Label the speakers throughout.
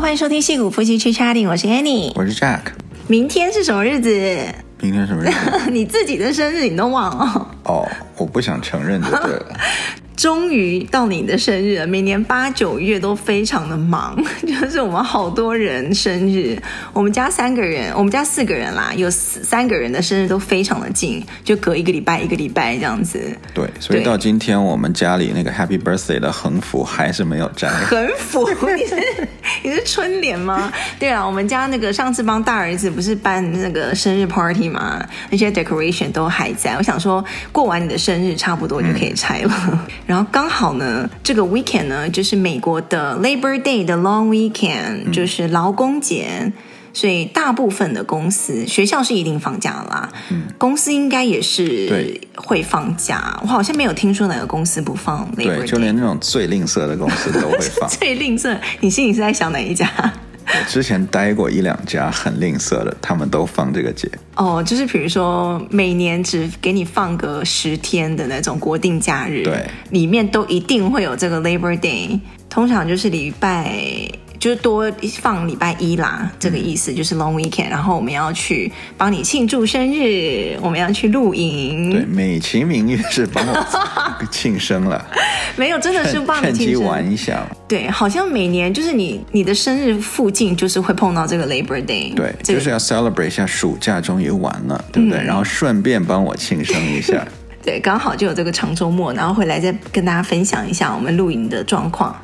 Speaker 1: 欢迎收听戏骨夫妻去 chatting，我是 Annie。
Speaker 2: 我是 Jack，
Speaker 1: 明天是什么日子？
Speaker 2: 明天什么日子？
Speaker 1: 你自己的生日你都忘了，
Speaker 2: 哦，我不想承认就对了。
Speaker 1: 终于到你的生日了。每年八九月都非常的忙， 就是我们好多人生日，我们家三个人，我们家四个人啦，有四三个人的生日都非常的近，就隔一个礼拜一个礼拜这样子。
Speaker 2: 对，所以
Speaker 1: 对
Speaker 2: 到今天我们家里那个 Happy Birthday 的横幅还是没有 摘。
Speaker 1: 横幅，你是你是春联吗？对啊，我们家那个上次帮大儿子不是办那个生日 party 嘛，那些 decoration 都还在。我想说，过完你的生日差不多就可以拆了。 然后刚好呢，这个 weekend 呢，就是美国的 Labor Day 的 long weekend，、就是
Speaker 2: 嗯
Speaker 1: 劳工节。所以大部分的公司，学校是一定放假啦，公司应该也是
Speaker 2: 嗯对
Speaker 1: 会放假。我好像没有听说哪个公司不放 Labor
Speaker 2: 对，
Speaker 1: Day，。
Speaker 2: 就连那种最吝啬的公司都会放
Speaker 1: 最吝啬，你心里是在想哪一家？
Speaker 2: 我之前待过一两家很吝啬的，他们都放这个节。
Speaker 1: 哦，就是比如说每年只给你放个十天的那种国定假日，
Speaker 2: 对，
Speaker 1: 里面都一定会有这个 Labor Day，通常就是礼拜。就是多放礼拜一啦，这个意思、就是 long weekend，然后我们要去帮你庆祝生日，我们要去露营，
Speaker 2: 对，美其名曰是 帮我庆生了，
Speaker 1: 没有真的是
Speaker 2: 趁
Speaker 1: 帮你
Speaker 2: 趁
Speaker 1: 庆
Speaker 2: 机
Speaker 1: 生。嗯
Speaker 2: 玩一下。
Speaker 1: 对，好像每年就是你你的生日附近就是会碰到这个 Labor Day，
Speaker 2: 对，
Speaker 1: 这个
Speaker 2: 就是要 celebrate 一下暑假终于完了，对
Speaker 1: 嗯
Speaker 2: 不对？然后顺便帮我庆生一 下。
Speaker 1: 对，刚好就有这个长周末，然后回来再跟大家分享一下我们露营的状况。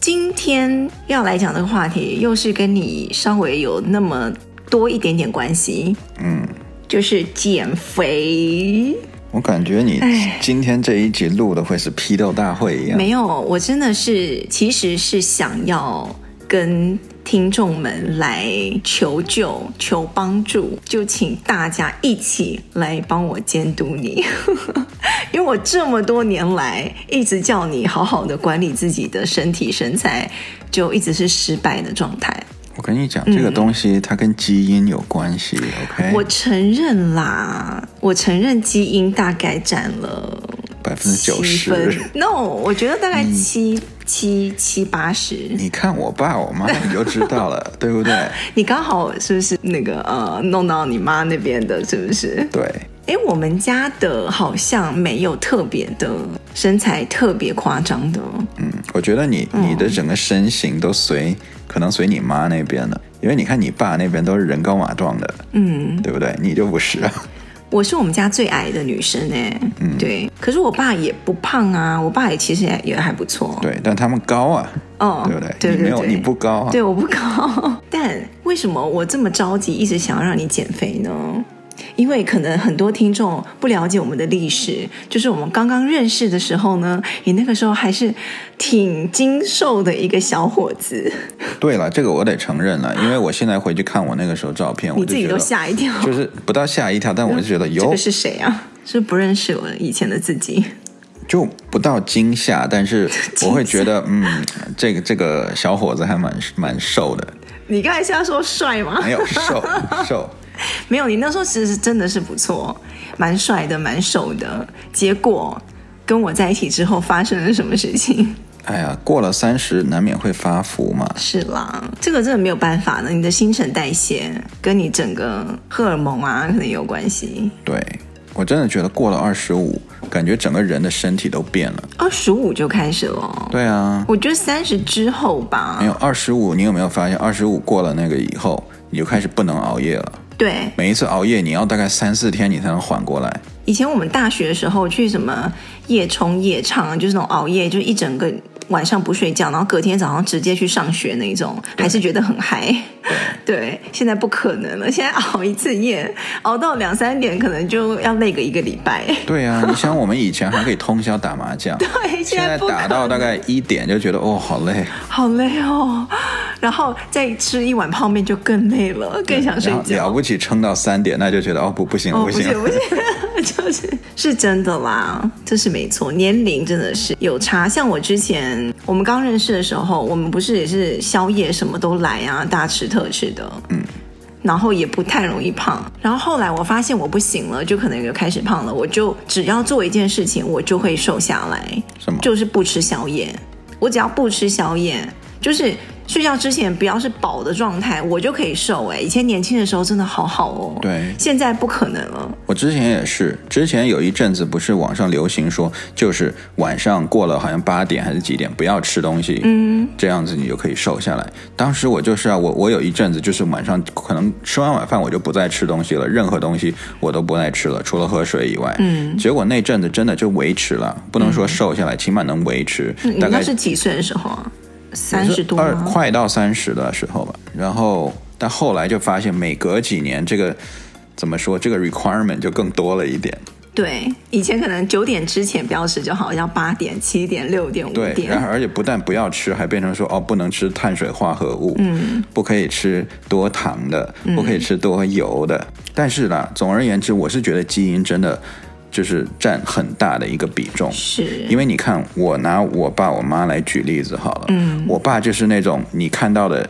Speaker 1: 今天要来讲这个话题，又是跟你稍微有那么多一点点关系，
Speaker 2: 嗯，
Speaker 1: 就是减肥。
Speaker 2: 我感觉你
Speaker 1: 唉
Speaker 2: 今天这一集录的会是批斗大会一样。
Speaker 1: 没有，我真的是其实是想要跟听众们来求救、求帮助，就请大家一起来帮我监督你， 因为我这么多年来一直叫你好好的管理自己的身体身材，就一直是失败的状态。
Speaker 2: 我跟你讲，这个东西它跟基因有关系、o k
Speaker 1: 嗯我承认啦，我承认基因大概占了
Speaker 2: 百分之嗯九
Speaker 1: 七分
Speaker 2: 十。嗯
Speaker 1: ，no，我觉得大概七七七八十。
Speaker 2: 你看我爸我妈，你就知道 了，对不对？
Speaker 1: 你刚好是不是那个呃，弄到你妈那边的，是不是？
Speaker 2: 对，
Speaker 1: 哎，我们家的好像没有特别的身材特别夸张的，
Speaker 2: 嗯，我觉得你你的整个身形都随，可能随你妈那边的，因为你看你爸那边都是人高马壮的，
Speaker 1: 嗯，
Speaker 2: 对不对？你就不是啊，
Speaker 1: 我是我们家最矮的女生哎、
Speaker 2: 嗯
Speaker 1: 对。可是我爸也不胖啊，我爸也其实也也还不错，
Speaker 2: 对，但他们高啊，
Speaker 1: 哦，
Speaker 2: 对不对？
Speaker 1: 对
Speaker 2: 你没有，你不高啊，
Speaker 1: 对，我不高。但为什么我这么着急，一直想要让你减肥呢？因为可能很多听众不了解我们的历史，就是我们刚刚认识的时候呢，你那个时候还是挺精瘦的一个小伙子，
Speaker 2: 对了，这个我得承认了，因为我现在回去看我那个时候照片，我
Speaker 1: 你
Speaker 2: 就
Speaker 1: 自己
Speaker 2: 觉
Speaker 1: 都
Speaker 2: 得
Speaker 1: 吓一跳。
Speaker 2: 就是不到吓一跳，但我就觉 得
Speaker 1: 这
Speaker 2: 有
Speaker 1: 个是谁啊？是不是不认识我以前的自己？
Speaker 2: 就不到惊吓，但是我会觉得，嗯，这个这个小伙子还蛮蛮瘦 的，
Speaker 1: 你刚才是要说帅吗？
Speaker 2: 没有瘦 瘦，
Speaker 1: 没有，你那时候其实真的是不错，蛮帅的，蛮瘦的。结果跟我在一起之后发生了什么事情？
Speaker 2: 哎呀，过了三十难免会发福嘛。
Speaker 1: 是啦，这个真的没有办法的，你的新陈代谢跟你整个荷尔蒙啊可能有关系。
Speaker 2: 对我真的觉得过了二十五，感觉整个人的身体都变了。
Speaker 1: 二十五就开始了，
Speaker 2: 对啊，
Speaker 1: 我觉得三十之后吧
Speaker 2: 没，有二十五，你有没有发现二十五过了那个以后，你就开始不能熬夜了。
Speaker 1: 对，
Speaker 2: 每一次熬夜，你要大概三四天你才能缓过来。
Speaker 1: 以前我们大学的时候去什么夜冲夜唱，就是那种熬夜，就是一整个晚上不睡觉，然后隔天早上直接去上学那一种，还是觉得很嗨。 对，现在不可能了，现在熬一次夜，熬到两三点可能就要累个一个礼拜。
Speaker 2: 对啊，你想我们以前还可以通宵打麻将，
Speaker 1: 对，
Speaker 2: 现
Speaker 1: 在
Speaker 2: 在
Speaker 1: 啊不可能
Speaker 2: 打到大概一点就觉得哦好累。
Speaker 1: 好累哦，然后再吃一碗泡面就更累了，更想睡
Speaker 2: 然后了
Speaker 1: 觉。
Speaker 2: 不起撑到三点，那就觉得哦不不行
Speaker 1: 哦，不
Speaker 2: 行，
Speaker 1: 行，不行 就是是真的啦，这是没错，年龄真的是有差。像我之前我们刚认识的时候，我们不是也是宵夜什么都来啊，大吃特吃的，嗯。然后也不太容易胖，然后后来我发现我不行了，就可能就开始胖了。我就只要做一件事情，我就会瘦下来。
Speaker 2: 什么？
Speaker 1: 就是不吃宵夜。我只要不吃宵夜，就是睡觉之前不要是饱的状态，我就可以瘦哎、以前年轻的时候真的好好哦，
Speaker 2: 对
Speaker 1: 现在不可能了。
Speaker 2: 我之前也是，之前有一阵子不是网上流行说，就是晚上过了好像八点还是几点不要吃东西，嗯，这样子你就可以瘦下来。当时我就是啊，我我有一阵子就是晚上可能吃完晚饭我就不再吃东西了，任何东西我都不再吃了，除了喝水以外，嗯，结果那阵子真的就维持了，不能说瘦下来，起码能维持，
Speaker 1: 你你
Speaker 2: 大概
Speaker 1: 嗯那是几岁的时候啊？三十多
Speaker 2: 二
Speaker 1: 吗？
Speaker 2: 快到三十的时候吧。然后，但后来就发现，每隔几年，这个怎么说，这个 requirement 就更多了一点。
Speaker 1: 对，以前可能九点之前不要吃就好，要八点、七点、六点、五
Speaker 2: 对，然
Speaker 1: 点。
Speaker 2: 后而且不但不要吃，还变成说哦，不能吃碳水化合物，嗯，不可以吃多糖的，
Speaker 1: 嗯
Speaker 2: 不可以吃多油的。但是呢，总而言之，我是觉得基因真的就是占很大的一个比重。
Speaker 1: 是
Speaker 2: 因为你看，我拿我爸我妈来举例子好了，嗯，我爸就是那种你看到的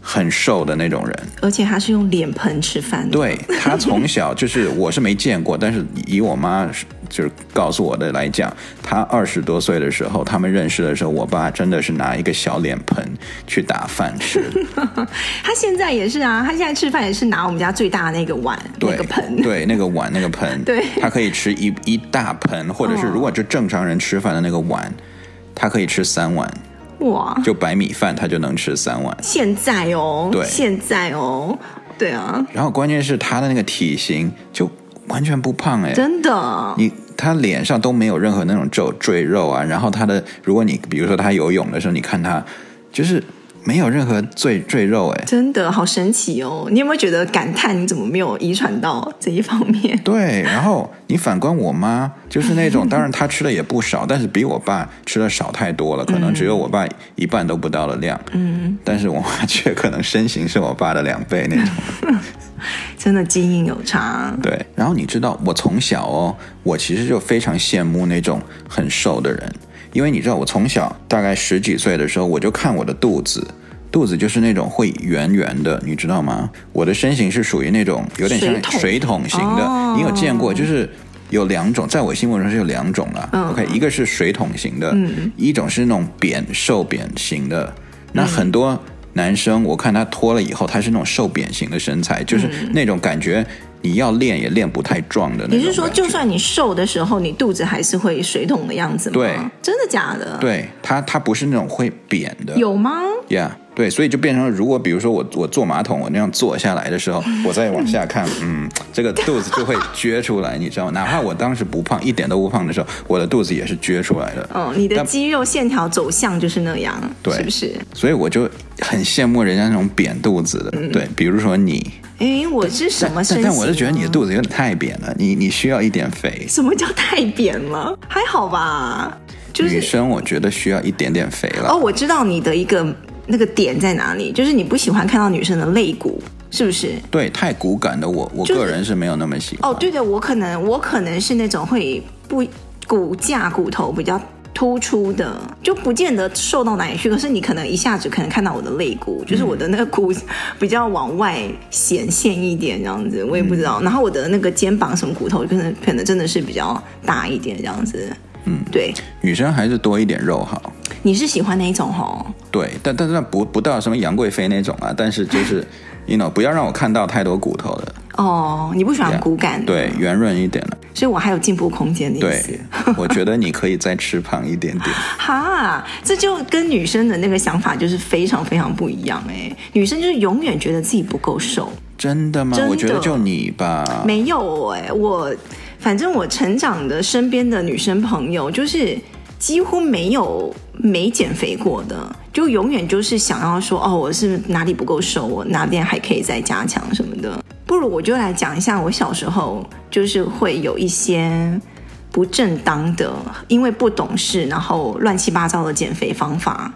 Speaker 2: 很瘦的那种人，
Speaker 1: 而且他是用脸盆吃饭的。，
Speaker 2: 对他从小就是我是没见过，但是以我妈是就是告诉我的来讲，他二十多岁的时候，他们认识的时候，我爸真的是拿一个小脸盆去打饭吃，
Speaker 1: 他现在也是啊，他现在吃饭也是拿我们家最大的那个碗、
Speaker 2: 对
Speaker 1: 那个盆。
Speaker 2: 对那个碗那个盆，
Speaker 1: 对
Speaker 2: 他可以吃一一大盆，或者是
Speaker 1: 哦
Speaker 2: 如果就正常人吃饭的那个碗，他可以吃三碗，
Speaker 1: 哇，
Speaker 2: 就白米饭他就能吃三碗。
Speaker 1: 现在哦，
Speaker 2: 对
Speaker 1: 现在哦，对啊，
Speaker 2: 然后关键是他的那个体型就完全不胖哎，
Speaker 1: 真的。
Speaker 2: 你他脸上都没有任何那种皱赘肉啊，然后他的，如果你比如说他游泳的时候，你看他就是没有任何赘赘肉哎，
Speaker 1: 真的好神奇哦！你有没有觉得感叹？你怎么没有遗传到这一方面？
Speaker 2: 对，然后你反观我妈，就是那种，当然她吃的也不少，但是比我爸吃的少太多了，可能只有我爸一半都不到的量，嗯，但是我妈却可能身形是我爸的两倍那种。
Speaker 1: 真的基因有差，
Speaker 2: 对，然后你知道，我从小哦，我其实就非常羡慕那种很瘦的人，因为你知道，我从小大概十几岁的时候，我就看我的肚子，肚子就是那种会圆圆的，你知道吗？我的身形是属于那种有点像
Speaker 1: 水桶
Speaker 2: 水桶型的，
Speaker 1: 哦嗯
Speaker 2: 你有见过就是。有两种，在我心目中是有两种啦。OK，一个是水桶型的，一种是那种扁瘦扁型的。那
Speaker 1: 嗯
Speaker 2: 很多男生，我看他脱了以后，他是那种瘦扁型的身材，就是那种感觉你要练也练不太壮的那种
Speaker 1: 嗯
Speaker 2: 感
Speaker 1: 你
Speaker 2: 觉。
Speaker 1: 是说，就算你瘦的时候，你肚子还是会水桶的样子吗？
Speaker 2: 对
Speaker 1: 真的假的？，
Speaker 2: 对他，他不是那种会扁的，
Speaker 1: 有吗？
Speaker 2: 呀对，所以就变成了如果比如说我我坐马桶，我那样坐下来的时候，我再往下看，嗯，这个肚子就会撅出来，你知道吗？哪怕我当时不胖，一点都不胖的时候，我的肚子也是撅出来的。
Speaker 1: 哦，你的
Speaker 2: 但
Speaker 1: 肌肉线条走向就是那样，
Speaker 2: 对
Speaker 1: 是不是？
Speaker 2: 所以我就很羡慕人家那种扁肚子的，对，比如说你，
Speaker 1: 哎，嗯我是什么身
Speaker 2: 但
Speaker 1: 形、啊
Speaker 2: 但我是觉得你的肚子有点太扁了，你你需要一点肥。
Speaker 1: 什么叫太扁了？还好吧，就是
Speaker 2: 女生我觉得需要一点点肥了。
Speaker 1: 哦，我知道你的一个那个点在哪里，就是你不喜欢看到女生的肋骨，是不是？
Speaker 2: 对，太骨感的我，我
Speaker 1: 就是
Speaker 2: 个人是没有那么喜欢。
Speaker 1: 哦，对对，我可能我可能是那种会不骨架骨头比较突出的，就不见得瘦到哪里去。可是你可能一下子可能看到我的肋骨，就是我的那个骨比较往外显现一点这样子，我也不知道。然后我的那个肩膀什么骨头可能可能真的是比较大一点这样子。嗯，对，
Speaker 2: 女生还是多一点肉好。
Speaker 1: 你是喜欢哪一种吼？
Speaker 2: 对，但但但不不到什么杨贵妃那种啊，但是就是 ，you know，不要让我看到太多骨头的，
Speaker 1: 哦，你不喜欢骨感
Speaker 2: 对，圆润一点的。
Speaker 1: 所以我还有进步空间的嗯意思
Speaker 2: 对。，我觉得你可以再吃胖一点点。
Speaker 1: 哈，这就跟女生的那个想法就是非常非常不一样哎、女生就是永远觉得自己不够瘦，
Speaker 2: 真的吗？
Speaker 1: 真的
Speaker 2: 我觉得就你吧。
Speaker 1: 没有哎、我反正我成长的身边的女生朋友就是几乎没有没减肥过的，就永远就是想要说哦，我是哪里不够瘦，我哪边还可以再加强什么的。不如我就来讲一下我小时候就是会有一些。不正当的，因为不懂事，然后乱七八糟的减肥方法，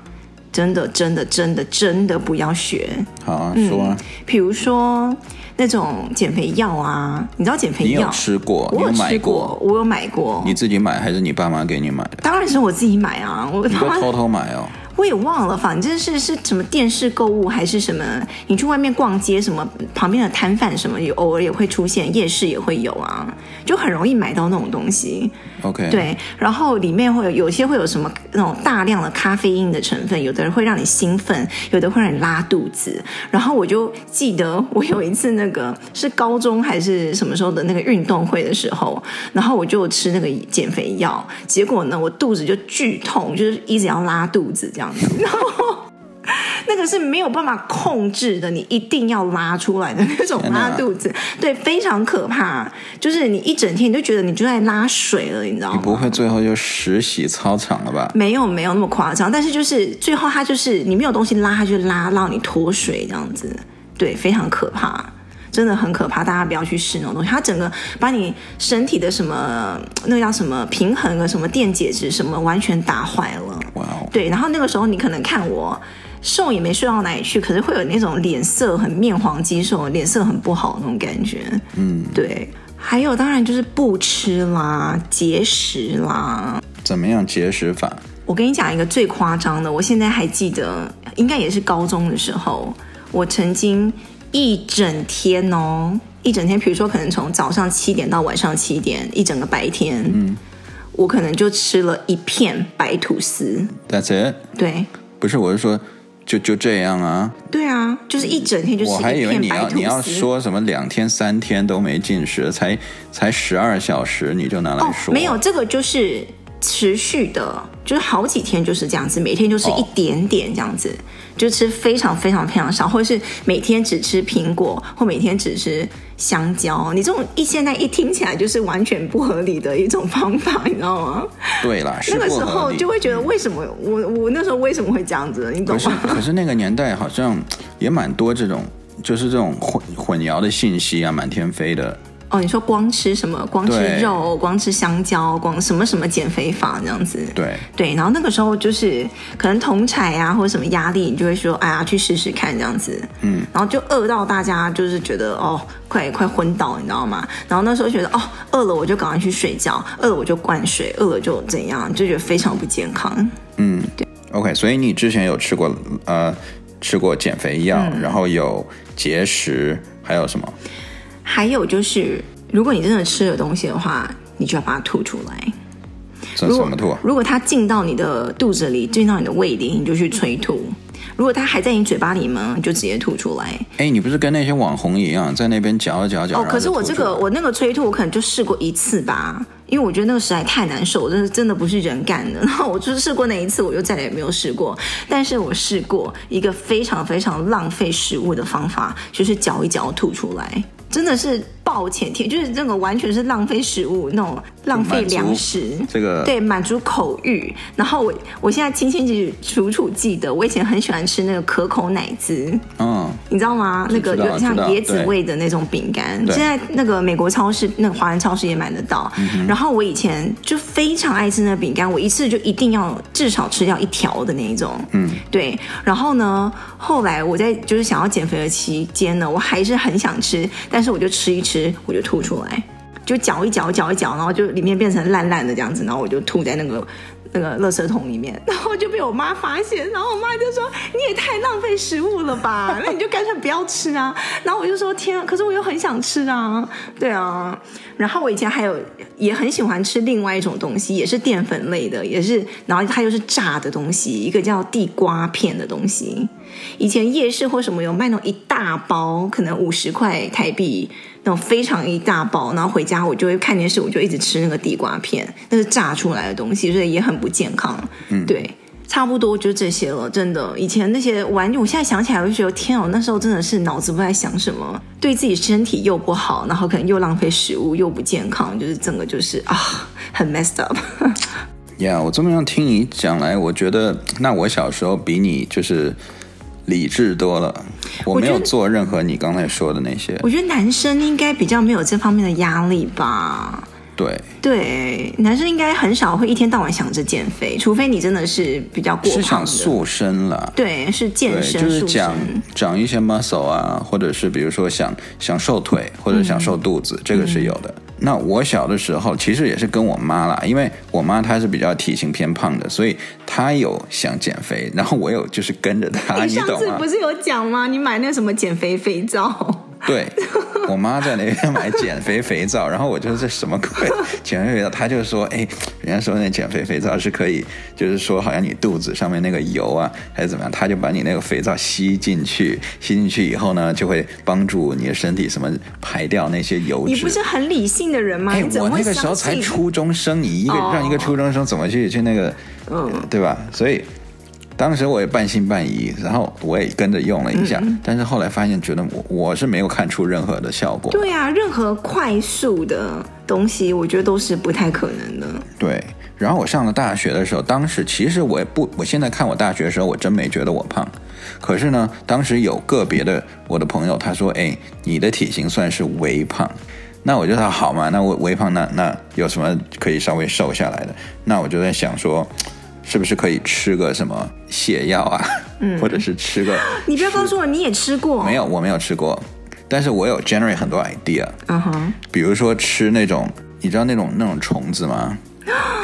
Speaker 1: 真的真的真的真的不要学。
Speaker 2: 好啊，
Speaker 1: 嗯
Speaker 2: 说啊，
Speaker 1: 比如说那种减肥药啊，你知道减肥
Speaker 2: 你有
Speaker 1: 药，
Speaker 2: 吃过，
Speaker 1: 我
Speaker 2: 你
Speaker 1: 有
Speaker 2: 买
Speaker 1: 吃过，我有买过
Speaker 2: 你。自己买还是你爸妈给你买的？
Speaker 1: 当然是我自己买啊，我
Speaker 2: 你
Speaker 1: 他
Speaker 2: 都
Speaker 1: 妈
Speaker 2: 偷偷买哦。
Speaker 1: 我我也忘了，反正是是什么电视购物还是什么，你去外面逛街什么，旁边的摊贩什么，也偶尔也会出现，夜市也会有啊，就很容易买到那种东西。
Speaker 2: OK，，
Speaker 1: 对，然后里面会有有些会有什么那种大量的咖啡因的成分，有的人会让你兴奋，有的会让你拉肚子。然后我就记得我有一次那个是高中还是什么时候的那个运动会的时候，然后我就吃那个减肥药，结果呢我肚子就剧痛，就是一直要拉肚子这样 子，然后。那个是没有办法控制的，你一定要拉出来的那种
Speaker 2: 天哪
Speaker 1: 拉肚子，对，非常可怕。就是你一整天你就觉得你就在拉水了，你知道
Speaker 2: 你
Speaker 1: 吗？
Speaker 2: 不会最后就实洗操场了吧？
Speaker 1: 没有没有那么夸张，但是就是最后他就是你没有东西拉，他就拉让你脱水这样子，对，非常可怕，真的很可怕，大家不要去试那种东西，它整个把你身体的什么那个叫什么平衡啊，什么电解质什么完全打坏了。
Speaker 2: 哇哦，
Speaker 1: 对，然后那个时候你可能看我瘦也没瘦到哪里去，可是会有那种脸色很面黄肌瘦，脸色很不好那种感觉。嗯，对。还有当然就是不吃啦，节食啦，
Speaker 2: 怎么样节食法？
Speaker 1: 我跟你讲一个最夸张的，我现在还记得，应该也是高中的时候，我曾经一整天哦，一整天，比如说可能从早上七点到晚上七点，一整个白天，嗯，我可能就吃了一片白吐司，
Speaker 2: That's it，
Speaker 1: 对，
Speaker 2: 不是，我是说，就就这样啊。
Speaker 1: 对啊，就是一整天就吃
Speaker 2: 我
Speaker 1: 一
Speaker 2: 还以为
Speaker 1: 片
Speaker 2: 你
Speaker 1: 白
Speaker 2: 要
Speaker 1: 吐司。
Speaker 2: 你要说什么两天三天都没进食，才才十二小时你就拿来
Speaker 1: 哦，
Speaker 2: 说，
Speaker 1: 没有，这个就是持续的，就是好几天就是这样子，每天就是
Speaker 2: 哦
Speaker 1: 一点点这样子，就吃非常非常非常少，或者是每天只吃苹果，或每天只吃香蕉。你这种一现在一听起来就是完全不合理的一种方法，你知道吗？
Speaker 2: 对啦，是
Speaker 1: 那个
Speaker 2: 不
Speaker 1: 时
Speaker 2: 合
Speaker 1: 候
Speaker 2: 理嗯
Speaker 1: 就。会觉得为什么我我那时候为什么会这样子，你懂
Speaker 2: 可是
Speaker 1: 吗？
Speaker 2: 可是那个年代好像也蛮多这种，就是这种混混淆的信息啊，满天飞的。
Speaker 1: 哦，你说光吃什么？光吃
Speaker 2: 对
Speaker 1: 肉，光吃香蕉，光什么什么减肥法这样子？
Speaker 2: 对，
Speaker 1: 对，然后那个时候就是可能同彩啊或者什么压力，你就会说哎呀去试试看这样子，嗯，然后就饿到大家就是觉得哦快快昏倒，你知道吗？然后那时候觉得哦饿了我就赶快去睡觉，饿了我就灌水，饿了就怎样，就觉得非常不健康。
Speaker 2: 嗯 OK，所以你之前有吃过呃吃过减肥药，
Speaker 1: 嗯
Speaker 2: 然后有节食，还有什么？
Speaker 1: 还有就是，如果你真的吃了东西的话，你就要把它吐出来。
Speaker 2: 这
Speaker 1: 如
Speaker 2: 什
Speaker 1: 果
Speaker 2: 么吐？啊
Speaker 1: 如果它进到你的肚子里，进到你的胃里，你就去催吐；如果它还在你嘴巴里呢，你就直接吐出来。
Speaker 2: 哎，你不是跟那些网红一样，在那边嚼着啊嚼着？
Speaker 1: 哦，
Speaker 2: 然后
Speaker 1: 可是
Speaker 2: 就
Speaker 1: 我
Speaker 2: 吐
Speaker 1: 这
Speaker 2: 出来
Speaker 1: 个我那个催吐，我可能就试过一次吧，因为我觉得那个实在太难受，真的真的不是人干的。然 后我就是试过那一次，我就再也没有试过。但是我试过一个非常非常浪费食物的方法，就是嚼一嚼吐出来，真的是暴殄天，就是那个完全是浪费食物那种浪费
Speaker 2: 满足
Speaker 1: 粮食。
Speaker 2: 这个
Speaker 1: 对，满足口欲。然后我我现在清清楚楚记得，我以前很喜欢吃那个可口奶滋。
Speaker 2: 嗯。
Speaker 1: 你知道吗？那个
Speaker 2: 知道
Speaker 1: 有像
Speaker 2: 知道
Speaker 1: 椰子
Speaker 2: 对
Speaker 1: 味的那种饼干，
Speaker 2: 对嗯
Speaker 1: 现在那个美国超市、那个华人超市也买得到。然后我以前就非常爱吃那个饼干，我一次就一定要至少吃掉一条的那一种。嗯，对。然后呢，后来我在就是想要减肥的期间呢，我还是很想吃，但是我就吃一吃，我就吐出来。就搅一搅，搅一搅，然后就里面变成烂烂的这样子，然后我就吐在那个那个垃圾桶里面， 然后就被我妈发现，然后我妈就说你也太浪费食物了吧， 那你就干脆不要吃啊。然后我就说天啊，可是我又很想吃啊，对啊。然后我以前还有也很喜欢吃另外一种东西，也是淀粉类的，也是，然后它又是炸的东西，一个叫地瓜片的东西。以前夜市或什么有卖那种一大包，可能五十块台币那种非常一大包，然后回家我就会看电视，我就一直吃那个地瓜片，那是炸出来的东西，所以也很不健康。嗯，对，差不多就这些了，真的。以前那些玩具，我现在想起来我就觉得天哦，那时候真的是脑子不在想什么，对自己身体又不好，然后可能又浪费食物，又不健康，就是整个就是啊，很 messed up。
Speaker 2: 呀我这么样听你讲来，我觉得那我小时候比你就是理智多了，我
Speaker 1: 我
Speaker 2: 没
Speaker 1: 觉
Speaker 2: 有
Speaker 1: 得
Speaker 2: 做任何你刚才说的那些。
Speaker 1: 我觉得男生应该比较没有这方面的压力吧。
Speaker 2: 对，
Speaker 1: 对，男生应该很少会一天到晚想着减肥，除非你真的是比较过
Speaker 2: 是
Speaker 1: 胖
Speaker 2: 想
Speaker 1: 的。
Speaker 2: 塑身了。
Speaker 1: 对，是健
Speaker 2: 对，
Speaker 1: 身
Speaker 2: 就是
Speaker 1: 塑
Speaker 2: 长
Speaker 1: 身
Speaker 2: 长
Speaker 1: 嗯
Speaker 2: 一些 muscle 啊，或者是比如说想想瘦腿或者想瘦肚子，这个是有的。那我小的时候其实也是跟我妈啦，因为我妈她是比较体型偏胖的，所以她有想减肥，然后我有就是跟着她，
Speaker 1: 你
Speaker 2: 啊你
Speaker 1: 哎上
Speaker 2: 懂
Speaker 1: 次
Speaker 2: 吗
Speaker 1: 不？是有讲吗？你买那个什么减肥肥皂，
Speaker 2: 对，我妈在那边买减肥肥皂，然后我就说这什么鬼减肥肥皂？她就说，哎，人家说那减肥肥皂是可以，就是说好像你肚子上面那个油啊，还是怎么样，她就把你那个肥皂吸进去，吸进去以后呢，就会帮助你的身体什么排掉那些油脂。啊
Speaker 1: 你不是很理性的人吗？
Speaker 2: 哎
Speaker 1: 你，怎
Speaker 2: 我
Speaker 1: 么会
Speaker 2: 那个
Speaker 1: 相信？
Speaker 2: 时候才初中生，你一个、
Speaker 1: 哦嗯
Speaker 2: 让一个初中生怎么去去那个，呃对吧？所以当时我也半信半疑，然后我也跟着用了一下，
Speaker 1: 嗯
Speaker 2: 但是后来发现，觉得我我是没有看出任何的效果。
Speaker 1: 对啊，任何快速的东西，我觉得都是不太可能的。
Speaker 2: 对，然后我上了大学的时候，当时其实我也不，我现在看我大学的时候，我真没觉得我胖。可是呢，当时有个别的我的朋友，他说：“哎，你的体型算是微胖。”那我就说好嘛，那我微胖那那有什么可以稍微瘦下来的？那我就在想说，是不是可以吃个什么泻药啊，或者是吃个
Speaker 1: 你不要告诉我你也吃过，
Speaker 2: 没有，我没有吃过，但是我有 generate 很多 idea。
Speaker 1: 嗯哼，
Speaker 2: 比如说吃那种，你知道那种那种虫子吗？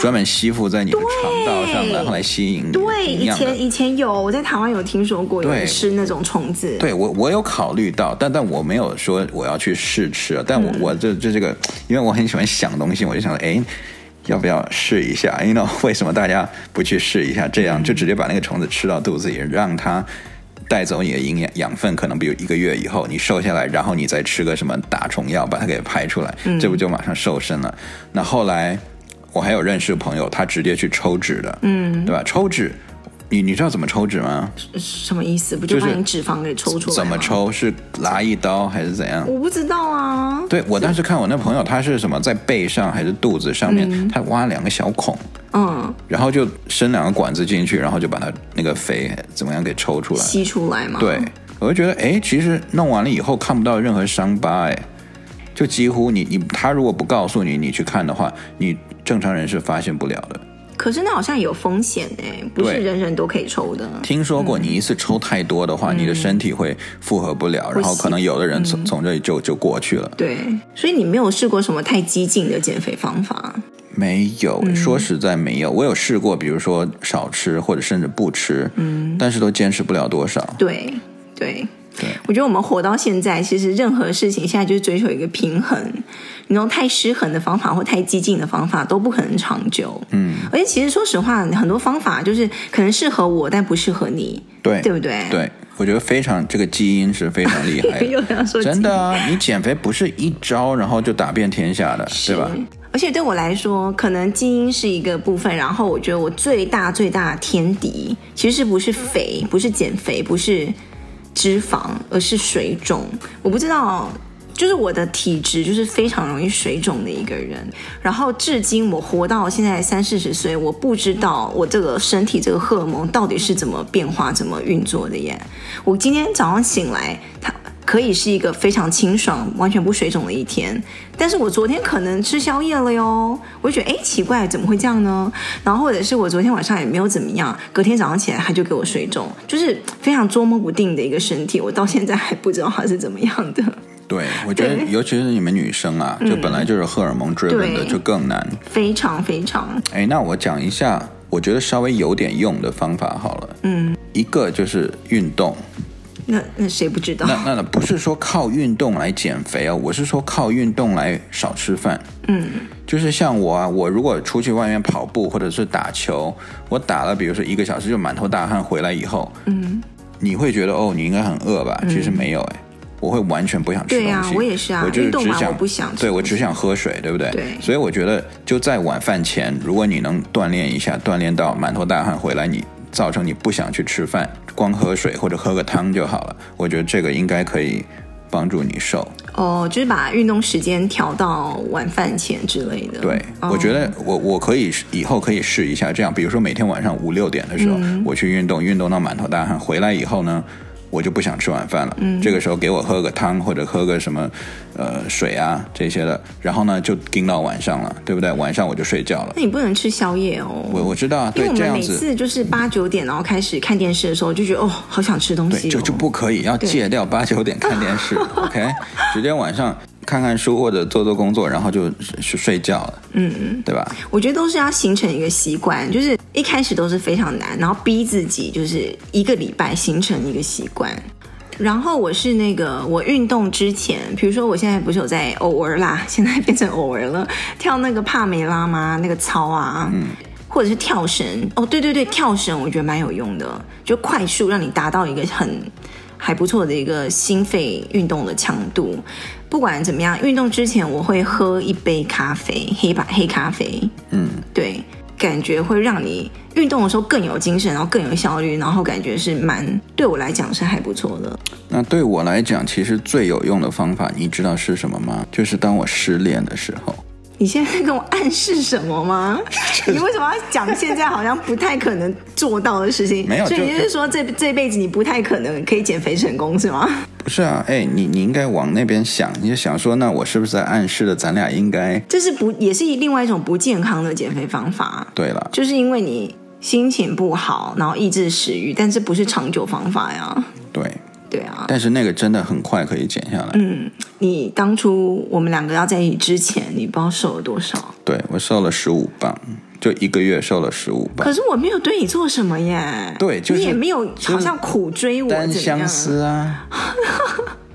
Speaker 2: 专门吸附在你的肠道上，
Speaker 1: 对
Speaker 2: 然后来吸引你
Speaker 1: 对，
Speaker 2: 营
Speaker 1: 以
Speaker 2: 养的
Speaker 1: 前。以前有，我在台湾有听说过有
Speaker 2: 对
Speaker 1: 人吃那种虫子，
Speaker 2: 对我，我有考虑到，但但我没有说我要去试吃啊，但我、我这这这个，因为我很喜欢想东西，我就想，哎，要不要试一下？You know，为什么大家不去试一下？这样就直接把那个虫子吃到肚子里，让它带走你的营养养分，可能比如一个月以后你瘦下来，然后你再吃个什么打虫药把它给排出来，这不就马上瘦身了？那后来我还有认识的朋友，他直接去抽脂的，嗯，对吧？抽脂，你你知道怎么抽脂吗？
Speaker 1: 什么意思？不就
Speaker 2: 就
Speaker 1: 把
Speaker 2: 是
Speaker 1: 你脂肪给抽出来？啊
Speaker 2: 怎么？抽？是拿一刀还是怎样？
Speaker 1: 我不知道啊。
Speaker 2: 对我当时看我那朋友，他是什么在背上还是肚子上面，他挖两个小孔，
Speaker 1: 嗯，
Speaker 2: 然后就伸两个管子进去，然后就把他那个肥怎么样给抽出来。
Speaker 1: 吸出来嘛。
Speaker 2: 对，我就觉得哎，其实弄完了以后看不到任何伤疤，哎，就几乎你你他如果不告诉你你去看的话，你正常人是发现不了的。
Speaker 1: 可是那好像有风险哎、不是
Speaker 2: 对
Speaker 1: 人人都可以抽的。
Speaker 2: 听说
Speaker 1: 嗯
Speaker 2: 过，你一次抽太多的话，你的身体会负荷不了，然后
Speaker 1: 习
Speaker 2: 可能有的人
Speaker 1: 嗯
Speaker 2: 从、从这里就就过去了。
Speaker 1: 对，所以你没有试过什么太激进的减肥方法。
Speaker 2: 没有，
Speaker 1: 嗯
Speaker 2: 说实在没有。我有试过，比如说少吃或者甚至不吃，嗯，但是都坚持不了多少。
Speaker 1: 对对
Speaker 2: 对。
Speaker 1: 我觉得我们活到现在，其实任何事情现在就是追求一个平衡。你用太失衡的方法或太激进的方法都不可能长久。嗯，而且其实说实话，很多方法就是可能适合我，但不适合你，
Speaker 2: 对
Speaker 1: 对不对？
Speaker 2: 对我觉得非常这个基因是非常厉 害
Speaker 1: 又
Speaker 2: 的，
Speaker 1: 要说
Speaker 2: 真的啊！你减肥不是一招然后就打遍天下的，对吧？
Speaker 1: 是而且对我来说，可能基因是一个部分，然后我觉得我最大最大的天敌，其实不是肥，
Speaker 2: 嗯
Speaker 1: 不是减肥，不是脂肪，而是水肿。我不知道。就是我的体质就是非常容易水肿的一个人，然后至今我活到现在三四十岁，我不知道我这个身体这个荷尔蒙到底是怎么变化、怎么运作的耶。我今天早上醒来，它可以是一个非常清爽、完全不水肿的一天，但是我昨天可能吃宵夜了哟，我就觉得哎奇怪，怎么会这样呢？然后或者是我昨天晚上也没有怎么样，隔天早上起来它就给我水肿，就是非常捉摸不定的一个身体，我到现在还不知道它是怎么样的，
Speaker 2: 对，我觉得
Speaker 1: 对嗯
Speaker 2: 尤其是你们女生啊，就本来就是荷尔蒙 driven 的，
Speaker 1: 对
Speaker 2: 就更难。
Speaker 1: 非常非常
Speaker 2: 哎，那我讲一下，我觉得稍微有点用的方法好了。嗯，一个就是运动，
Speaker 1: 那那谁不知道？
Speaker 2: 那那不是说靠运动来减肥哦，我是说靠运动来少吃饭。嗯，就是像我啊，我如果出去外面跑步或者是打球，我打了比如说一个小时就满头大汗，回来以后，嗯，你会觉得哦，你应该很饿吧？其实没有哎。我会完全不想吃
Speaker 1: 嗯
Speaker 2: 东
Speaker 1: 对
Speaker 2: 西，
Speaker 1: 啊我也是啊
Speaker 2: 就是
Speaker 1: 运动
Speaker 2: 只
Speaker 1: 完
Speaker 2: 想，
Speaker 1: 我不想吃
Speaker 2: 对我只想喝水，对不对？
Speaker 1: 对
Speaker 2: 所以我觉得就在晚饭前，如果你能锻炼一下，锻炼到满头大汗回来，你造成你不想去吃饭，光喝水或者喝个汤就好了。我觉得这个应该可以帮助你瘦。
Speaker 1: 哦，就是把运动时间调到晚饭前之类的。
Speaker 2: 对，
Speaker 1: 哦
Speaker 2: 我觉得我我可以以后可以试一下这样，比如说每天晚上五六点的时候，
Speaker 1: 嗯
Speaker 2: 我去运动，运动到满头大汗，回来以后呢。我就不想吃晚饭了，
Speaker 1: 嗯
Speaker 2: 这个时候给我喝个汤或者喝个什么，呃，水啊这些的，然后呢就盯到晚上了，对不对？晚上我就睡觉了。
Speaker 1: 那你不能吃宵夜哦。
Speaker 2: 我我知道啊，
Speaker 1: 嗯因为
Speaker 2: 对
Speaker 1: 我
Speaker 2: 这
Speaker 1: 们
Speaker 2: 样
Speaker 1: 每
Speaker 2: 子，
Speaker 1: 次就是八九点，然后开始看电视的时候，就觉得哦，好想吃东西、
Speaker 2: 对，
Speaker 1: 哦，
Speaker 2: 就就不可以，要
Speaker 1: 对
Speaker 2: 戒掉八九点看电视，OK？直接晚上看看书或者做做工作，然后就去睡觉了，嗯，对吧？
Speaker 1: 我觉得啊都是要形成一个习惯，就是一开始都是非常难，然后逼自己就是一个礼拜形成一个习惯。然后我是那个，我运动之前，比如说我现在不是有在偶尔啦，现在变成偶尔了，跳那个帕梅拉吗？那个操啊，或者是跳绳。哦，对对对，跳绳我觉得蛮有用的，就快速让你达到一个很还不错的一个心肺运动的强度。不管怎么样，运动之前我会喝一杯咖啡，黑吧黑咖啡，
Speaker 2: 嗯，
Speaker 1: 对，感觉会让你运动的时候更有精神，然后更有效率，然后感觉是蛮对我来讲是还不错的。
Speaker 2: 那对我来讲，其实最有用的方法，你知道是什么吗？就是当我失恋的时候，
Speaker 1: 你现在在跟我暗示什么 吗？你为什么要讲现在好像不太可能做到的事情？
Speaker 2: 没有
Speaker 1: 所以
Speaker 2: 就
Speaker 1: 你就是说这这辈子你不太可能可以减肥成功是吗？
Speaker 2: 不是啊，哎，你你应该往那边想，你就想说，那我是不是在暗示了咱俩应该？
Speaker 1: 这是不也是另外一种不健康的减肥方法，
Speaker 2: 对了，
Speaker 1: 就是因为你心情不好，然后抑制食欲，但这不是长久方法呀。
Speaker 2: 对，
Speaker 1: 对啊，
Speaker 2: 但是那个真的很快可以减下来。
Speaker 1: 嗯你当初我们两个要在一起之前，你不知道瘦了多少。
Speaker 2: 对我瘦了十五磅，就一个月瘦了十五磅
Speaker 1: 可。是我没有对你做什么耶，
Speaker 2: 对就是
Speaker 1: 你也没有
Speaker 2: 就是
Speaker 1: 好像苦追我
Speaker 2: 单
Speaker 1: 怎么
Speaker 2: 相
Speaker 1: 样？啊
Speaker 2: 思啊。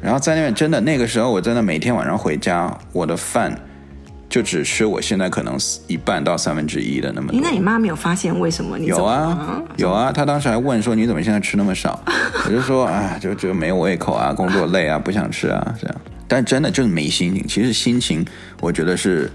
Speaker 2: 然后在那边真的那个时候，我真的每天晚上回家，我的饭就只吃我现在可能一半到三分之一的那么
Speaker 1: 诶那
Speaker 2: 多。
Speaker 1: 你妈没有发现为什么你
Speaker 2: 有
Speaker 1: 走了
Speaker 2: 啊
Speaker 1: 吗？，
Speaker 2: 有啊，他当时还问说你怎么现在吃那么少？ 我就说啊，就就没有胃口啊，工作累啊，不想吃啊，这样。但真的就是没心情。其实心情，我觉得是，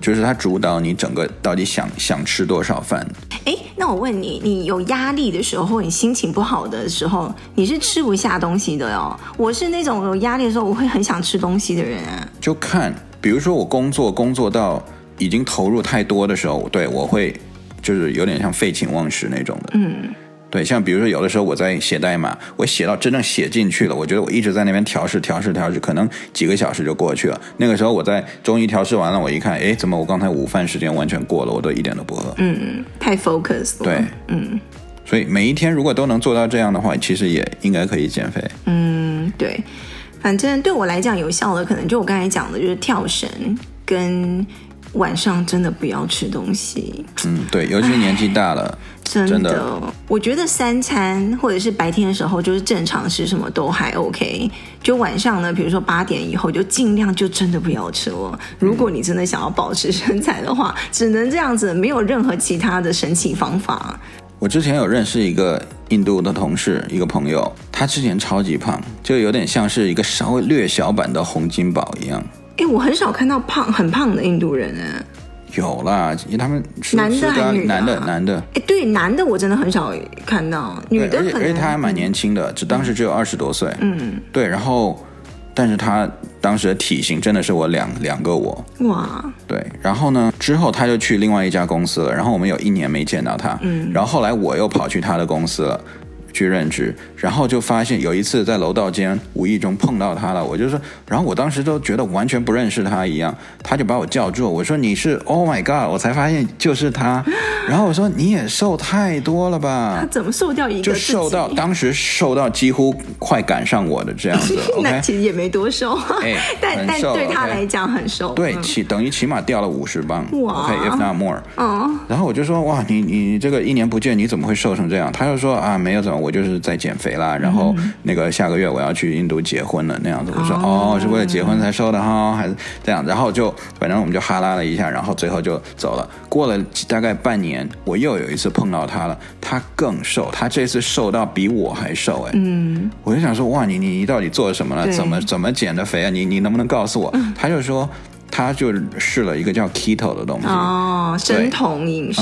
Speaker 2: 就是它主导你整个到底想想吃多少饭。
Speaker 1: 哎，那我问你，你有压力的时候，你心情不好的时候，你是吃不下东西的哦。我是那种有压力的时候，我会很想吃东西的人、啊。
Speaker 2: 就看，比如说我工作工作到已经投入太多的时候，对我会就是有点像废寝忘食那种的。嗯，对，像比如说有的时候我在写代码，我写到真正写进去了，我觉得我一直在那边调试调试调试，可能几个小时就过去了。那个时候我在终于调试完了，我一看，哎，怎么我刚才午饭时间完全过了，我都一点都不饿。嗯，
Speaker 1: 太 focus 了，
Speaker 2: 对，嗯。所以每一天如果都能做到这样的话，其实也应该可以减肥。
Speaker 1: 嗯对，反正对我来讲有效的，可能就我刚才讲的，就是跳绳跟晚上真的不要吃东西，
Speaker 2: 嗯，对，尤其是年纪大了，
Speaker 1: 真
Speaker 2: 真的
Speaker 1: 我觉得三餐或者是白天的时候就是正常吃什么都还 OK，就晚上呢，比如说八点以后就尽量就真的不要吃了。如果你真的想要保持身材的话，只能这样子，没有任何其他的神奇方法。
Speaker 2: 我之前有认识一个印度的同事，一个朋友，他之前超级胖，就有点像是一个稍微略小版的洪金宝一样。
Speaker 1: 哎，我很少看到胖很胖的印度人哎，
Speaker 2: 有啦，因为他们吃
Speaker 1: 男的
Speaker 2: 吃啊
Speaker 1: 还是女的啊
Speaker 2: 男的男的，
Speaker 1: 哎，对，男的我真的很少看到，女
Speaker 2: 对，
Speaker 1: 的
Speaker 2: 而且
Speaker 1: 可
Speaker 2: 而且
Speaker 1: 能嗯
Speaker 2: 他还蛮年轻的，只当时只有二十多岁。嗯，对，然后，但是他当时的体型真的是我两两个我。
Speaker 1: 哇，
Speaker 2: 对，然后呢，之后他就去另外一家公司了，然后我们有一年没见到他，嗯，然后后来我又跑去他的公司了。去任职，然后就发现有一次在楼道间无意中碰到他了，我就说，然后我当时都觉得完全不认识他一样，他就把我叫住，我说你是 Oh my God，我才发现就 是他，然后我说你也瘦太多了吧
Speaker 1: 他，怎么瘦掉一个
Speaker 2: 就
Speaker 1: 自己？
Speaker 2: 瘦到 当时瘦到几乎快赶上我的这样子
Speaker 1: 那
Speaker 2: ，OK，
Speaker 1: 其实也没多瘦，
Speaker 2: 哎
Speaker 1: 但
Speaker 2: 很
Speaker 1: 但
Speaker 2: 瘦
Speaker 1: 对他
Speaker 2: OK
Speaker 1: 来讲很瘦，
Speaker 2: 对，
Speaker 1: 嗯
Speaker 2: 起等于起码掉了五十磅
Speaker 1: 哇
Speaker 2: ，OK，if、not more，
Speaker 1: 嗯
Speaker 2: 然后我就说哇，你你这个一年不见，你怎么会瘦成这样？他就说啊，没有怎么，我就是在减肥啦。
Speaker 1: 嗯
Speaker 2: 然后那个下个月我要去印度结婚了那样子。我说
Speaker 1: 嗯
Speaker 2: 哦是为了结婚才瘦的哈，还是这样。然后就反正我们就哈拉了一下，然后最后就走了。过了几大概半年，我又有一次碰到他了，他更瘦，他这次瘦到比我还瘦哎。
Speaker 1: 嗯，
Speaker 2: 我就想说哇，你你你到底做了什么了？
Speaker 1: 对
Speaker 2: 怎么怎么减的肥啊？你你能不能告诉我？他就说。他就试了一个叫 keto 的东西，
Speaker 1: 哦，生酮饮食，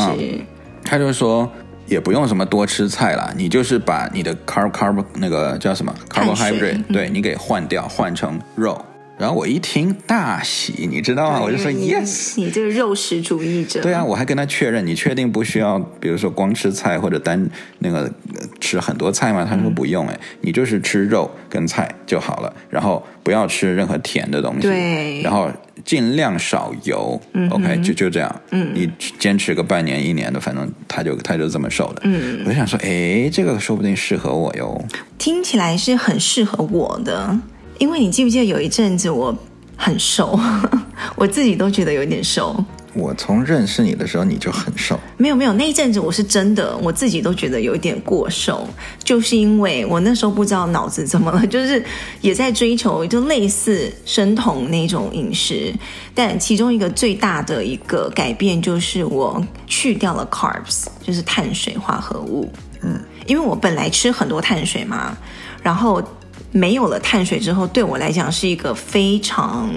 Speaker 2: 他就说也不用什么多吃菜啦，你就是把你的 carb carb 那个叫什么
Speaker 1: 碳水嗯
Speaker 2: carbohydrate，、对你给换掉，换成肉。然后我一听大喜，你知道吗？啊我就说
Speaker 1: 因为哎你
Speaker 2: yes。
Speaker 1: 你这个肉食主义者，
Speaker 2: 对啊，我还跟他确认，你确定不需要，比如说光吃菜或者单那个呃吃很多菜吗？他说不用，哎，你就是吃肉跟菜就好了，然后不要吃任何甜的东西，
Speaker 1: 对
Speaker 2: 然后尽量少油、o k 就就这样，嗯，你坚持个半年一年的，反正他就他就这么瘦的，嗯，我就想说，哎，这个说不定适合我哟，
Speaker 1: 听起来是很适合我的，因为你记不记得有一阵子我很瘦， 我自己都觉得有点瘦。
Speaker 2: 我从认识你的时候你就很瘦，
Speaker 1: 没有没有，那一阵子我是真的，我自己都觉得有一点过瘦，就是因为我那时候不知道脑子怎么了，就是也在追求就类似生酮那种饮食，但其中一个最大的一个改变就是我去掉了 carbs，就是碳水化合物。嗯，因为我本来吃很多碳水嘛，然后。没有了碳水之后，对我来讲是一个非常，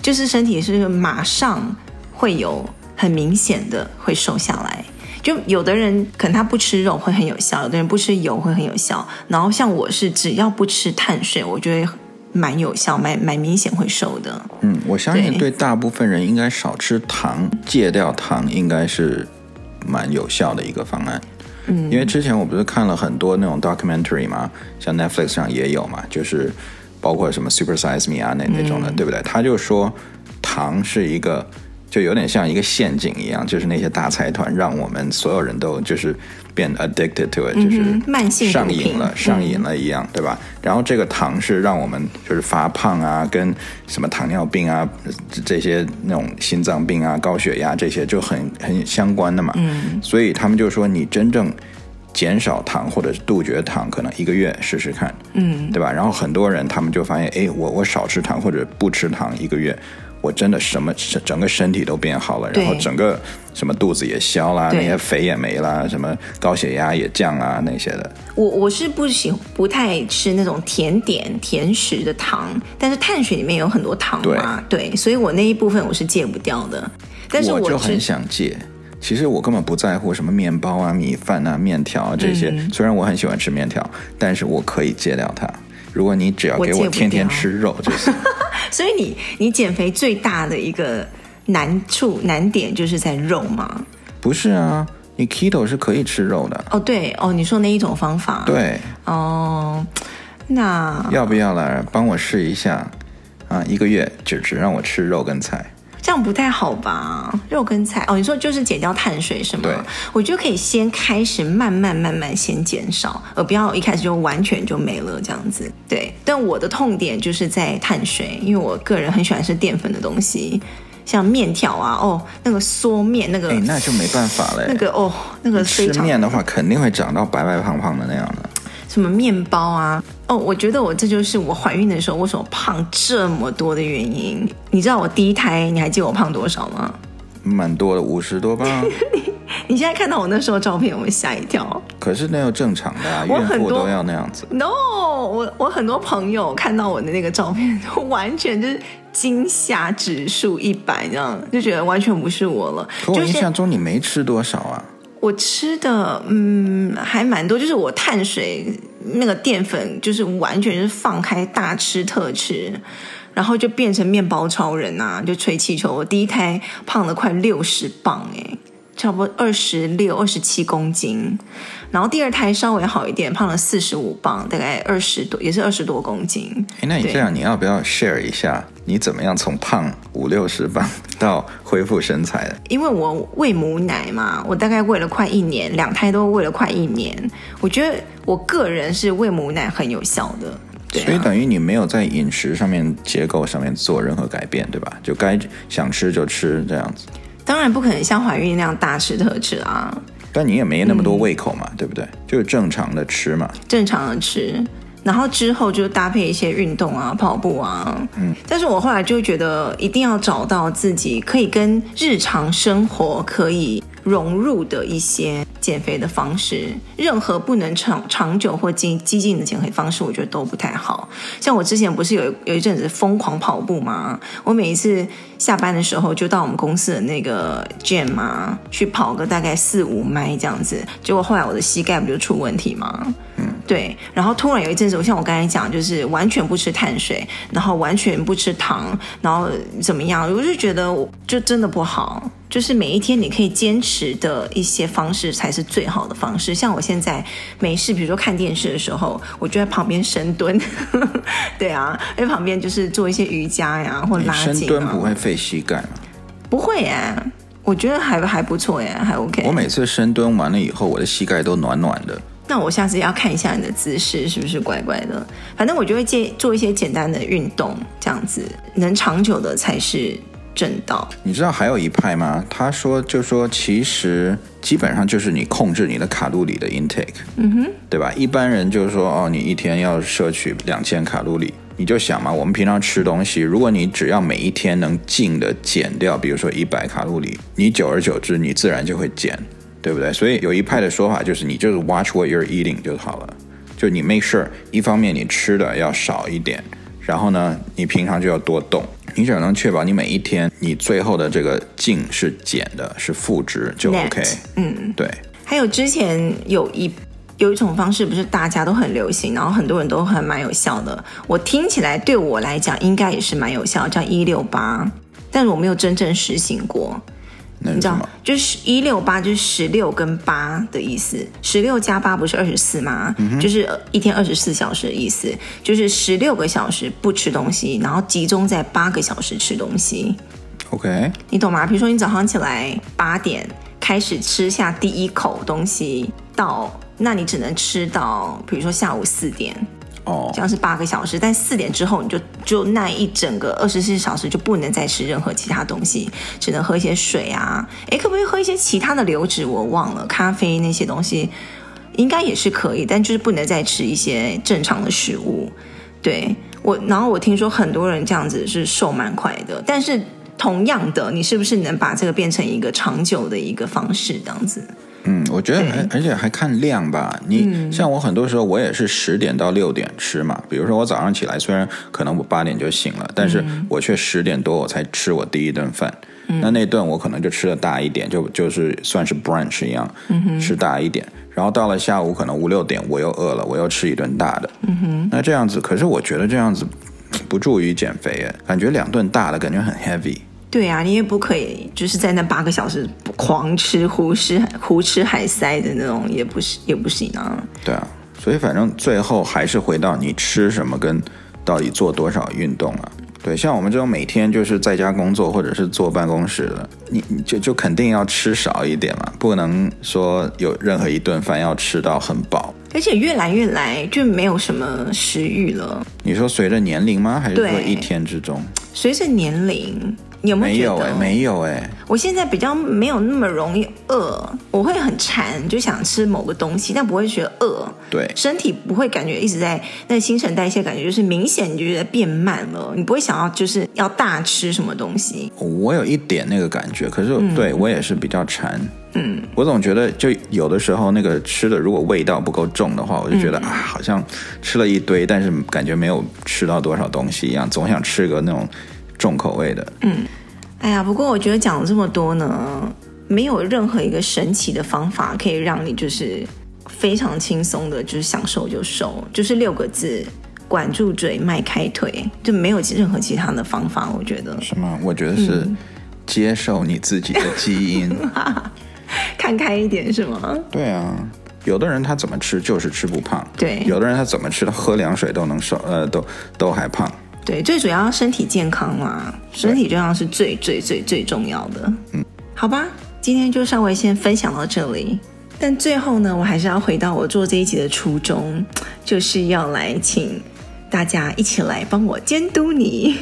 Speaker 1: 就是身体是马上会有很明显的会瘦下来。就有的人可能他不吃肉会很有效，有的人不吃油会很有效。然后像我是只要不吃碳水，我觉得蛮有效，蛮蛮明显会瘦的。
Speaker 2: 嗯，我相信
Speaker 1: 对
Speaker 2: 对大部分人应该少吃糖，戒掉糖应该是蛮有效的一个方案。嗯，因为之前我不是看了很多那种 documentary 嘛，像 Netflix 上也有嘛，就是包括什么 Super Size Me 啊那那种的，对不对？他就说糖是一个。就有点像一个陷阱一样，就是那些大财团让我们所有人都就是变 addicted to it，、就是
Speaker 1: 嗯慢性毒
Speaker 2: 上瘾
Speaker 1: 品嗯
Speaker 2: 了，上瘾了一样，对吧？然后这个糖是让我们就是发胖啊，跟什么糖尿病啊，这这些那种心脏病啊、高血压这些就很很相关的嘛。嗯，所以他们就说你真正减少糖或者是杜绝糖，可能一个月试试看，嗯，对吧？然后很多人他们就发现，哎，我我少吃糖或者不吃糖一个月。我真的什么整整个身体都变好了，然后
Speaker 1: 对
Speaker 2: 整个什么肚子也消啦，那
Speaker 1: 对
Speaker 2: 些肥也没啦，什么高血压也降啦那些的。
Speaker 1: 我我是不喜不太吃那种甜点甜食的糖，但是碳水里面有很多糖嘛，对，所以我那一部分我是戒不掉的。但是
Speaker 2: 我就
Speaker 1: 吃
Speaker 2: 很想戒。其实我根本不在乎什么面包啊、米饭啊、面条啊这
Speaker 1: 嗯
Speaker 2: 些，虽然我很喜欢吃面条，但是我可以戒掉它。如果你只要
Speaker 1: 我
Speaker 2: 给
Speaker 1: 戒
Speaker 2: 我
Speaker 1: 不
Speaker 2: 天天
Speaker 1: 掉
Speaker 2: 吃肉就 行。
Speaker 1: 所以你你减肥最大的一个难处难点就是在肉嘛？
Speaker 2: 不是啊，你 keto 是可以吃肉的。
Speaker 1: 哦，对哦，你说那一种方法，，
Speaker 2: 对，
Speaker 1: 哦，那
Speaker 2: 要不要来帮我试一下？啊，一个月只只让我吃肉跟菜。
Speaker 1: 这样不太好吧？肉跟菜哦，你说就是减掉碳水是吗？
Speaker 2: 对，
Speaker 1: 我觉得可以先开始慢慢慢慢先减少，而不要一开始就完全就没了这样子。对，但我的痛点就是在碳水，因为我个人很喜欢吃淀粉的东西，像面条啊，哦，那个缩面，那个、
Speaker 2: 哎，那就没办 法嘞。
Speaker 1: 呃那个哦，那个非
Speaker 2: 吃
Speaker 1: 常
Speaker 2: 面的话，肯定会长到白白胖胖的那样的。
Speaker 1: 什么面包啊。哦，我觉得我这就是我怀孕的时候为什么胖这么多的原因。你知道我第一胎，你还记得我胖多少吗？
Speaker 2: 蛮多的，五十 多磅，
Speaker 1: 你现在看到我那时候照片，我会吓一跳。
Speaker 2: 可是那又正常的啊，
Speaker 1: 我
Speaker 2: 孕
Speaker 1: 很
Speaker 2: 妇
Speaker 1: 多
Speaker 2: 都要那样子。
Speaker 1: No，我我很多朋友看到我的那个照片，都完全就是惊吓指数一百，这样就觉得完全不是我了。
Speaker 2: 可我
Speaker 1: 就
Speaker 2: 印
Speaker 1: 是
Speaker 2: 象中你没吃多少啊？
Speaker 1: 我吃的，嗯，还蛮多，就是我碳水那个淀粉，就是完全是放开大吃特吃。然后就变成面包超人啊，就吹气球。我第一胎胖了快六十磅、哎，差不多二十六、二十七公斤。然后第二胎稍微好一点，胖了四十五磅，大概二十多，也是二十多公斤。
Speaker 2: 哎，那你
Speaker 1: 对
Speaker 2: 这样，你要不要 share 一下你怎么样从胖五六十磅到恢复身材的？
Speaker 1: 因为我喂母奶嘛，我大概喂了快一年，两胎都喂了快一年。我觉得我个人是喂母奶很有效的，对、啊，
Speaker 2: 所以等于你没有在饮食上面、结构上面做任何改变，对吧？就该想吃就吃这样子，
Speaker 1: 当然不可能像怀孕那样大吃特吃啊，
Speaker 2: 但你也没那么多胃口嘛，
Speaker 1: 嗯
Speaker 2: 对不对？就是正常的吃嘛。
Speaker 1: 正常的吃，然后之后就搭配一些运动啊，跑步啊。嗯，但是我后来就觉得一定要找到自己可以跟日常生活可以融入的一些减肥的方式，任何不能长长久或激激进的减肥方式，我觉得都不太好。像我之前不是有有一阵子疯狂跑步嘛，我每一次下班的时候就到我们公司的那个 gym 啊，去跑个大概四五迈这样子，结果后来我的膝盖不就出问题吗？对，然后突然有一阵子，我像我刚才讲，就是完全不吃碳水，然后完全不吃糖，然后怎么样？我就觉得我就真的不好，就是每一天你可以坚持的一些方式才是最好的方式。像我现在没事，比如说看电视的时候，我就在旁边深蹲， 对啊，在旁边就是做一些瑜伽呀或拉筋、啊，
Speaker 2: 哎深蹲不会费膝盖嘛？
Speaker 1: 不会哎、我觉得还还不错哎、还 OK。
Speaker 2: 我每次深蹲完了以后，我的膝盖都暖暖的，
Speaker 1: 那我下次也要看一下你的姿势是不是怪怪的。反正我就会介做一些简单的运动，这样子能长久的才是正道。
Speaker 2: 你知道还有一派吗？他说，就说其实基本上就是你控制你的卡路里的 intake，嗯哼，对吧？一般人就是说，哦，你一天要摄取两千卡路里，你就想嘛，我们平常吃东西，如果你只要每一天能尽的减掉，比如说一百卡路里，你久而久之，你自然就会减，对不对？所以有一派的说法就是，你就是 watch what you're eating 就好了，就你 make sure，一方面你吃的要少一点，然后呢，你平常就要多动，你只要能确保你每一天你最后的这个净是减的，是负值就
Speaker 1: Net，
Speaker 2: OK。嗯，对，
Speaker 1: 还有之前有一有一种方式，不是大家都很流行，然后很多人都很蛮有效的。我听起来对我来讲应该也是蛮有效，叫一六八，但是我没有真正实行过。
Speaker 2: 那
Speaker 1: 你
Speaker 2: 是
Speaker 1: 知
Speaker 2: 什
Speaker 1: 道
Speaker 2: 么？，
Speaker 1: 就是一六八就是十六跟八的意思，十六加八不是二十四吗？
Speaker 2: 嗯
Speaker 1: 就是一天二十四小时的意思，就是十六个小时不吃东西，然后集中在八个小时吃东西。
Speaker 2: OK，
Speaker 1: 你懂吗？比如说你早上起来八点开始吃下第一口东西，到那你只能吃到，比如说下午四点，
Speaker 2: 哦
Speaker 1: 这，样是八个小时。但四点之后，你就就那一整个二十四小时就不能再吃任何其他东西，只能喝一些水啊。诶，可不可以喝一些其他的流质？我忘了，咖啡那些东西应该也是可以，但就是不能再吃一些正常的食物。对我，然后我听说很多人这样子是瘦蛮快的，但是同样的，你是不是能把这个变成一个长久的一个方式？这样子，
Speaker 2: 嗯，我觉得还而且还看量吧。你、像我很多时候我也是十点到六点吃嘛，比如说我早上起来，虽然可能我八点就醒了，但是我却十点多我才吃我第一顿饭。那那顿我可能就吃的大一点，就就是算是 brunch 一样，吃大一点。然后到了下午可能五六点我又饿了，我又吃一顿大的。那这样子，可是我觉得这样子不助于减肥耶，感觉两顿大的感觉很 heavy。
Speaker 1: 对啊，你也不可以就是在那八个小时狂吃、胡吃、胡吃海塞的那种，也不是也不行啊。
Speaker 2: 对啊，所以反正最后还是回到你吃什么跟到底做多少运动啊。对，像我们这种每天就是在家工作或者是坐办公室的，你你就就肯定要吃少一点嘛，不能说有任何一顿饭要吃到很饱。
Speaker 1: 而且越来越来就没有什么食欲了，
Speaker 2: 你说随着年龄吗？还是说
Speaker 1: 对
Speaker 2: 一天之中？
Speaker 1: 随着年龄，你有没
Speaker 2: 没
Speaker 1: 有
Speaker 2: 有
Speaker 1: 觉
Speaker 2: 哎、
Speaker 1: 得？
Speaker 2: 没有哎、
Speaker 1: 我现在比较没有那么容易饿，我会很馋，就想吃某个东西，但不会觉得饿。
Speaker 2: 对
Speaker 1: 身体不会感觉一直在那新陈代谢，感觉就是明显你就觉得变慢了，你不会想要就是要大吃什么东西。
Speaker 2: 我有一点那个感觉，可是、
Speaker 1: 嗯
Speaker 2: 对我也是比较馋。嗯，我总觉得就有的时候那个吃的如果味道不够重的话，我就觉得、
Speaker 1: 嗯
Speaker 2: 啊，好像吃了一堆，但是感觉没有吃到多少东西一样，总想吃个那种重口味的。
Speaker 1: 哎呀，不过我觉得讲了这么多呢，没有任何一个神奇的方法可以让你就是非常轻松的，就是想瘦就瘦，就是六个字：管住嘴，迈开腿，就没有任何其他的方法。我觉得
Speaker 2: 什么？我觉得是
Speaker 1: 嗯
Speaker 2: 接受你自己的基 因。
Speaker 1: 看开一点是吗？
Speaker 2: 对啊，有的人他怎么吃就是吃不胖，
Speaker 1: 对
Speaker 2: 有的人他怎么吃他喝凉水都能瘦，呃，都都还胖。
Speaker 1: 对，最主要身体健康嘛，身体健康是最最最最重要的。嗯，好吧，今天就稍微先分享到这里。但最后呢，我还是要回到我做这一集的初衷，就是要来请大家一起来帮我监督你，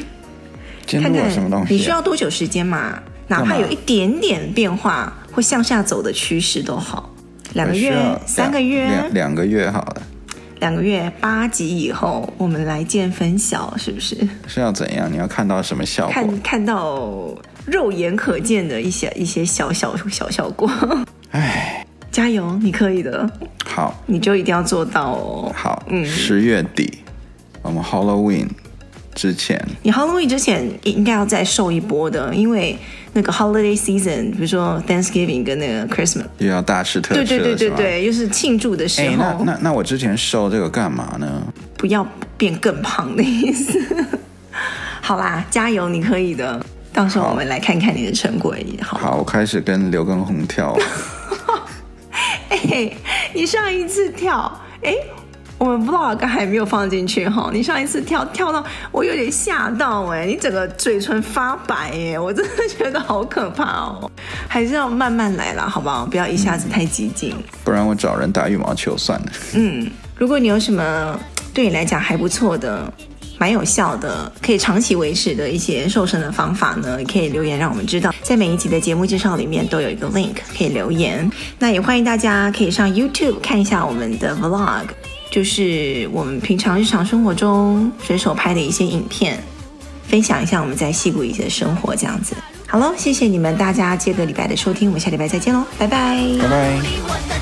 Speaker 2: 监
Speaker 1: 看
Speaker 2: 督我
Speaker 1: 看
Speaker 2: 什么东西啊？
Speaker 1: 你需要多久时间嘛？哪
Speaker 2: 干
Speaker 1: 怕
Speaker 2: 嘛
Speaker 1: 有一点点变化或向下走的趋势都好，两个
Speaker 2: 我需要
Speaker 1: 月
Speaker 2: 两、
Speaker 1: 三个月、
Speaker 2: 两两个月好了。
Speaker 1: 两个月、八集以后，我们来见分晓，是不是？
Speaker 2: 是要怎样？你要看到什么效果？
Speaker 1: 看看到肉眼可见的一些一些小小小效果。
Speaker 2: 哎，
Speaker 1: 加油，你可以的，
Speaker 2: 好
Speaker 1: 你就一定要做到哦。
Speaker 2: 好，十月底我们 Halloween 之前，
Speaker 1: 你 Halloween 之前应该要再瘦一波的，因为那个 holiday season，比如说 Thanksgiving 跟那个 Christmas，
Speaker 2: 又要大吃特
Speaker 1: 对对
Speaker 2: 吃了，
Speaker 1: 对对
Speaker 2: 是吧？
Speaker 1: 对，又是庆祝的时
Speaker 2: 哎，那
Speaker 1: 候，
Speaker 2: 那那我之前瘦这个干嘛呢？
Speaker 1: 不要变更胖的意思。 好啦，加油，你可以的。到时候我们来看看你的成果也好。
Speaker 2: 好，我开始跟刘 畊宏跳舞，
Speaker 1: 哎、你上一次跳，哎、我们 vlog 还没有放进去哈。你上一次跳跳到我有点吓到哎、你整个嘴唇发白哎、我真的觉得好可怕哦。还是要慢慢来啦，好不好？不要一下子太激进。
Speaker 2: 不然我找人打羽毛球算了。
Speaker 1: 嗯，如果你有什么对你来讲还不错的、蛮有效的、可以长期维持的一些瘦身的方法呢，也可以留言让我们知道。在每一集的节目介绍里面都有一个 link 可以留言。那也欢迎大家可以上 YouTube 看一下我们的 vlog，就是我们平常日常生活中随手拍的一些影片，分享一下我们在戏谷一些生活这样子。好喽，谢谢你们大家这个礼拜的收听，我们下礼拜再见喽，拜拜
Speaker 2: 拜拜。
Speaker 3: 我的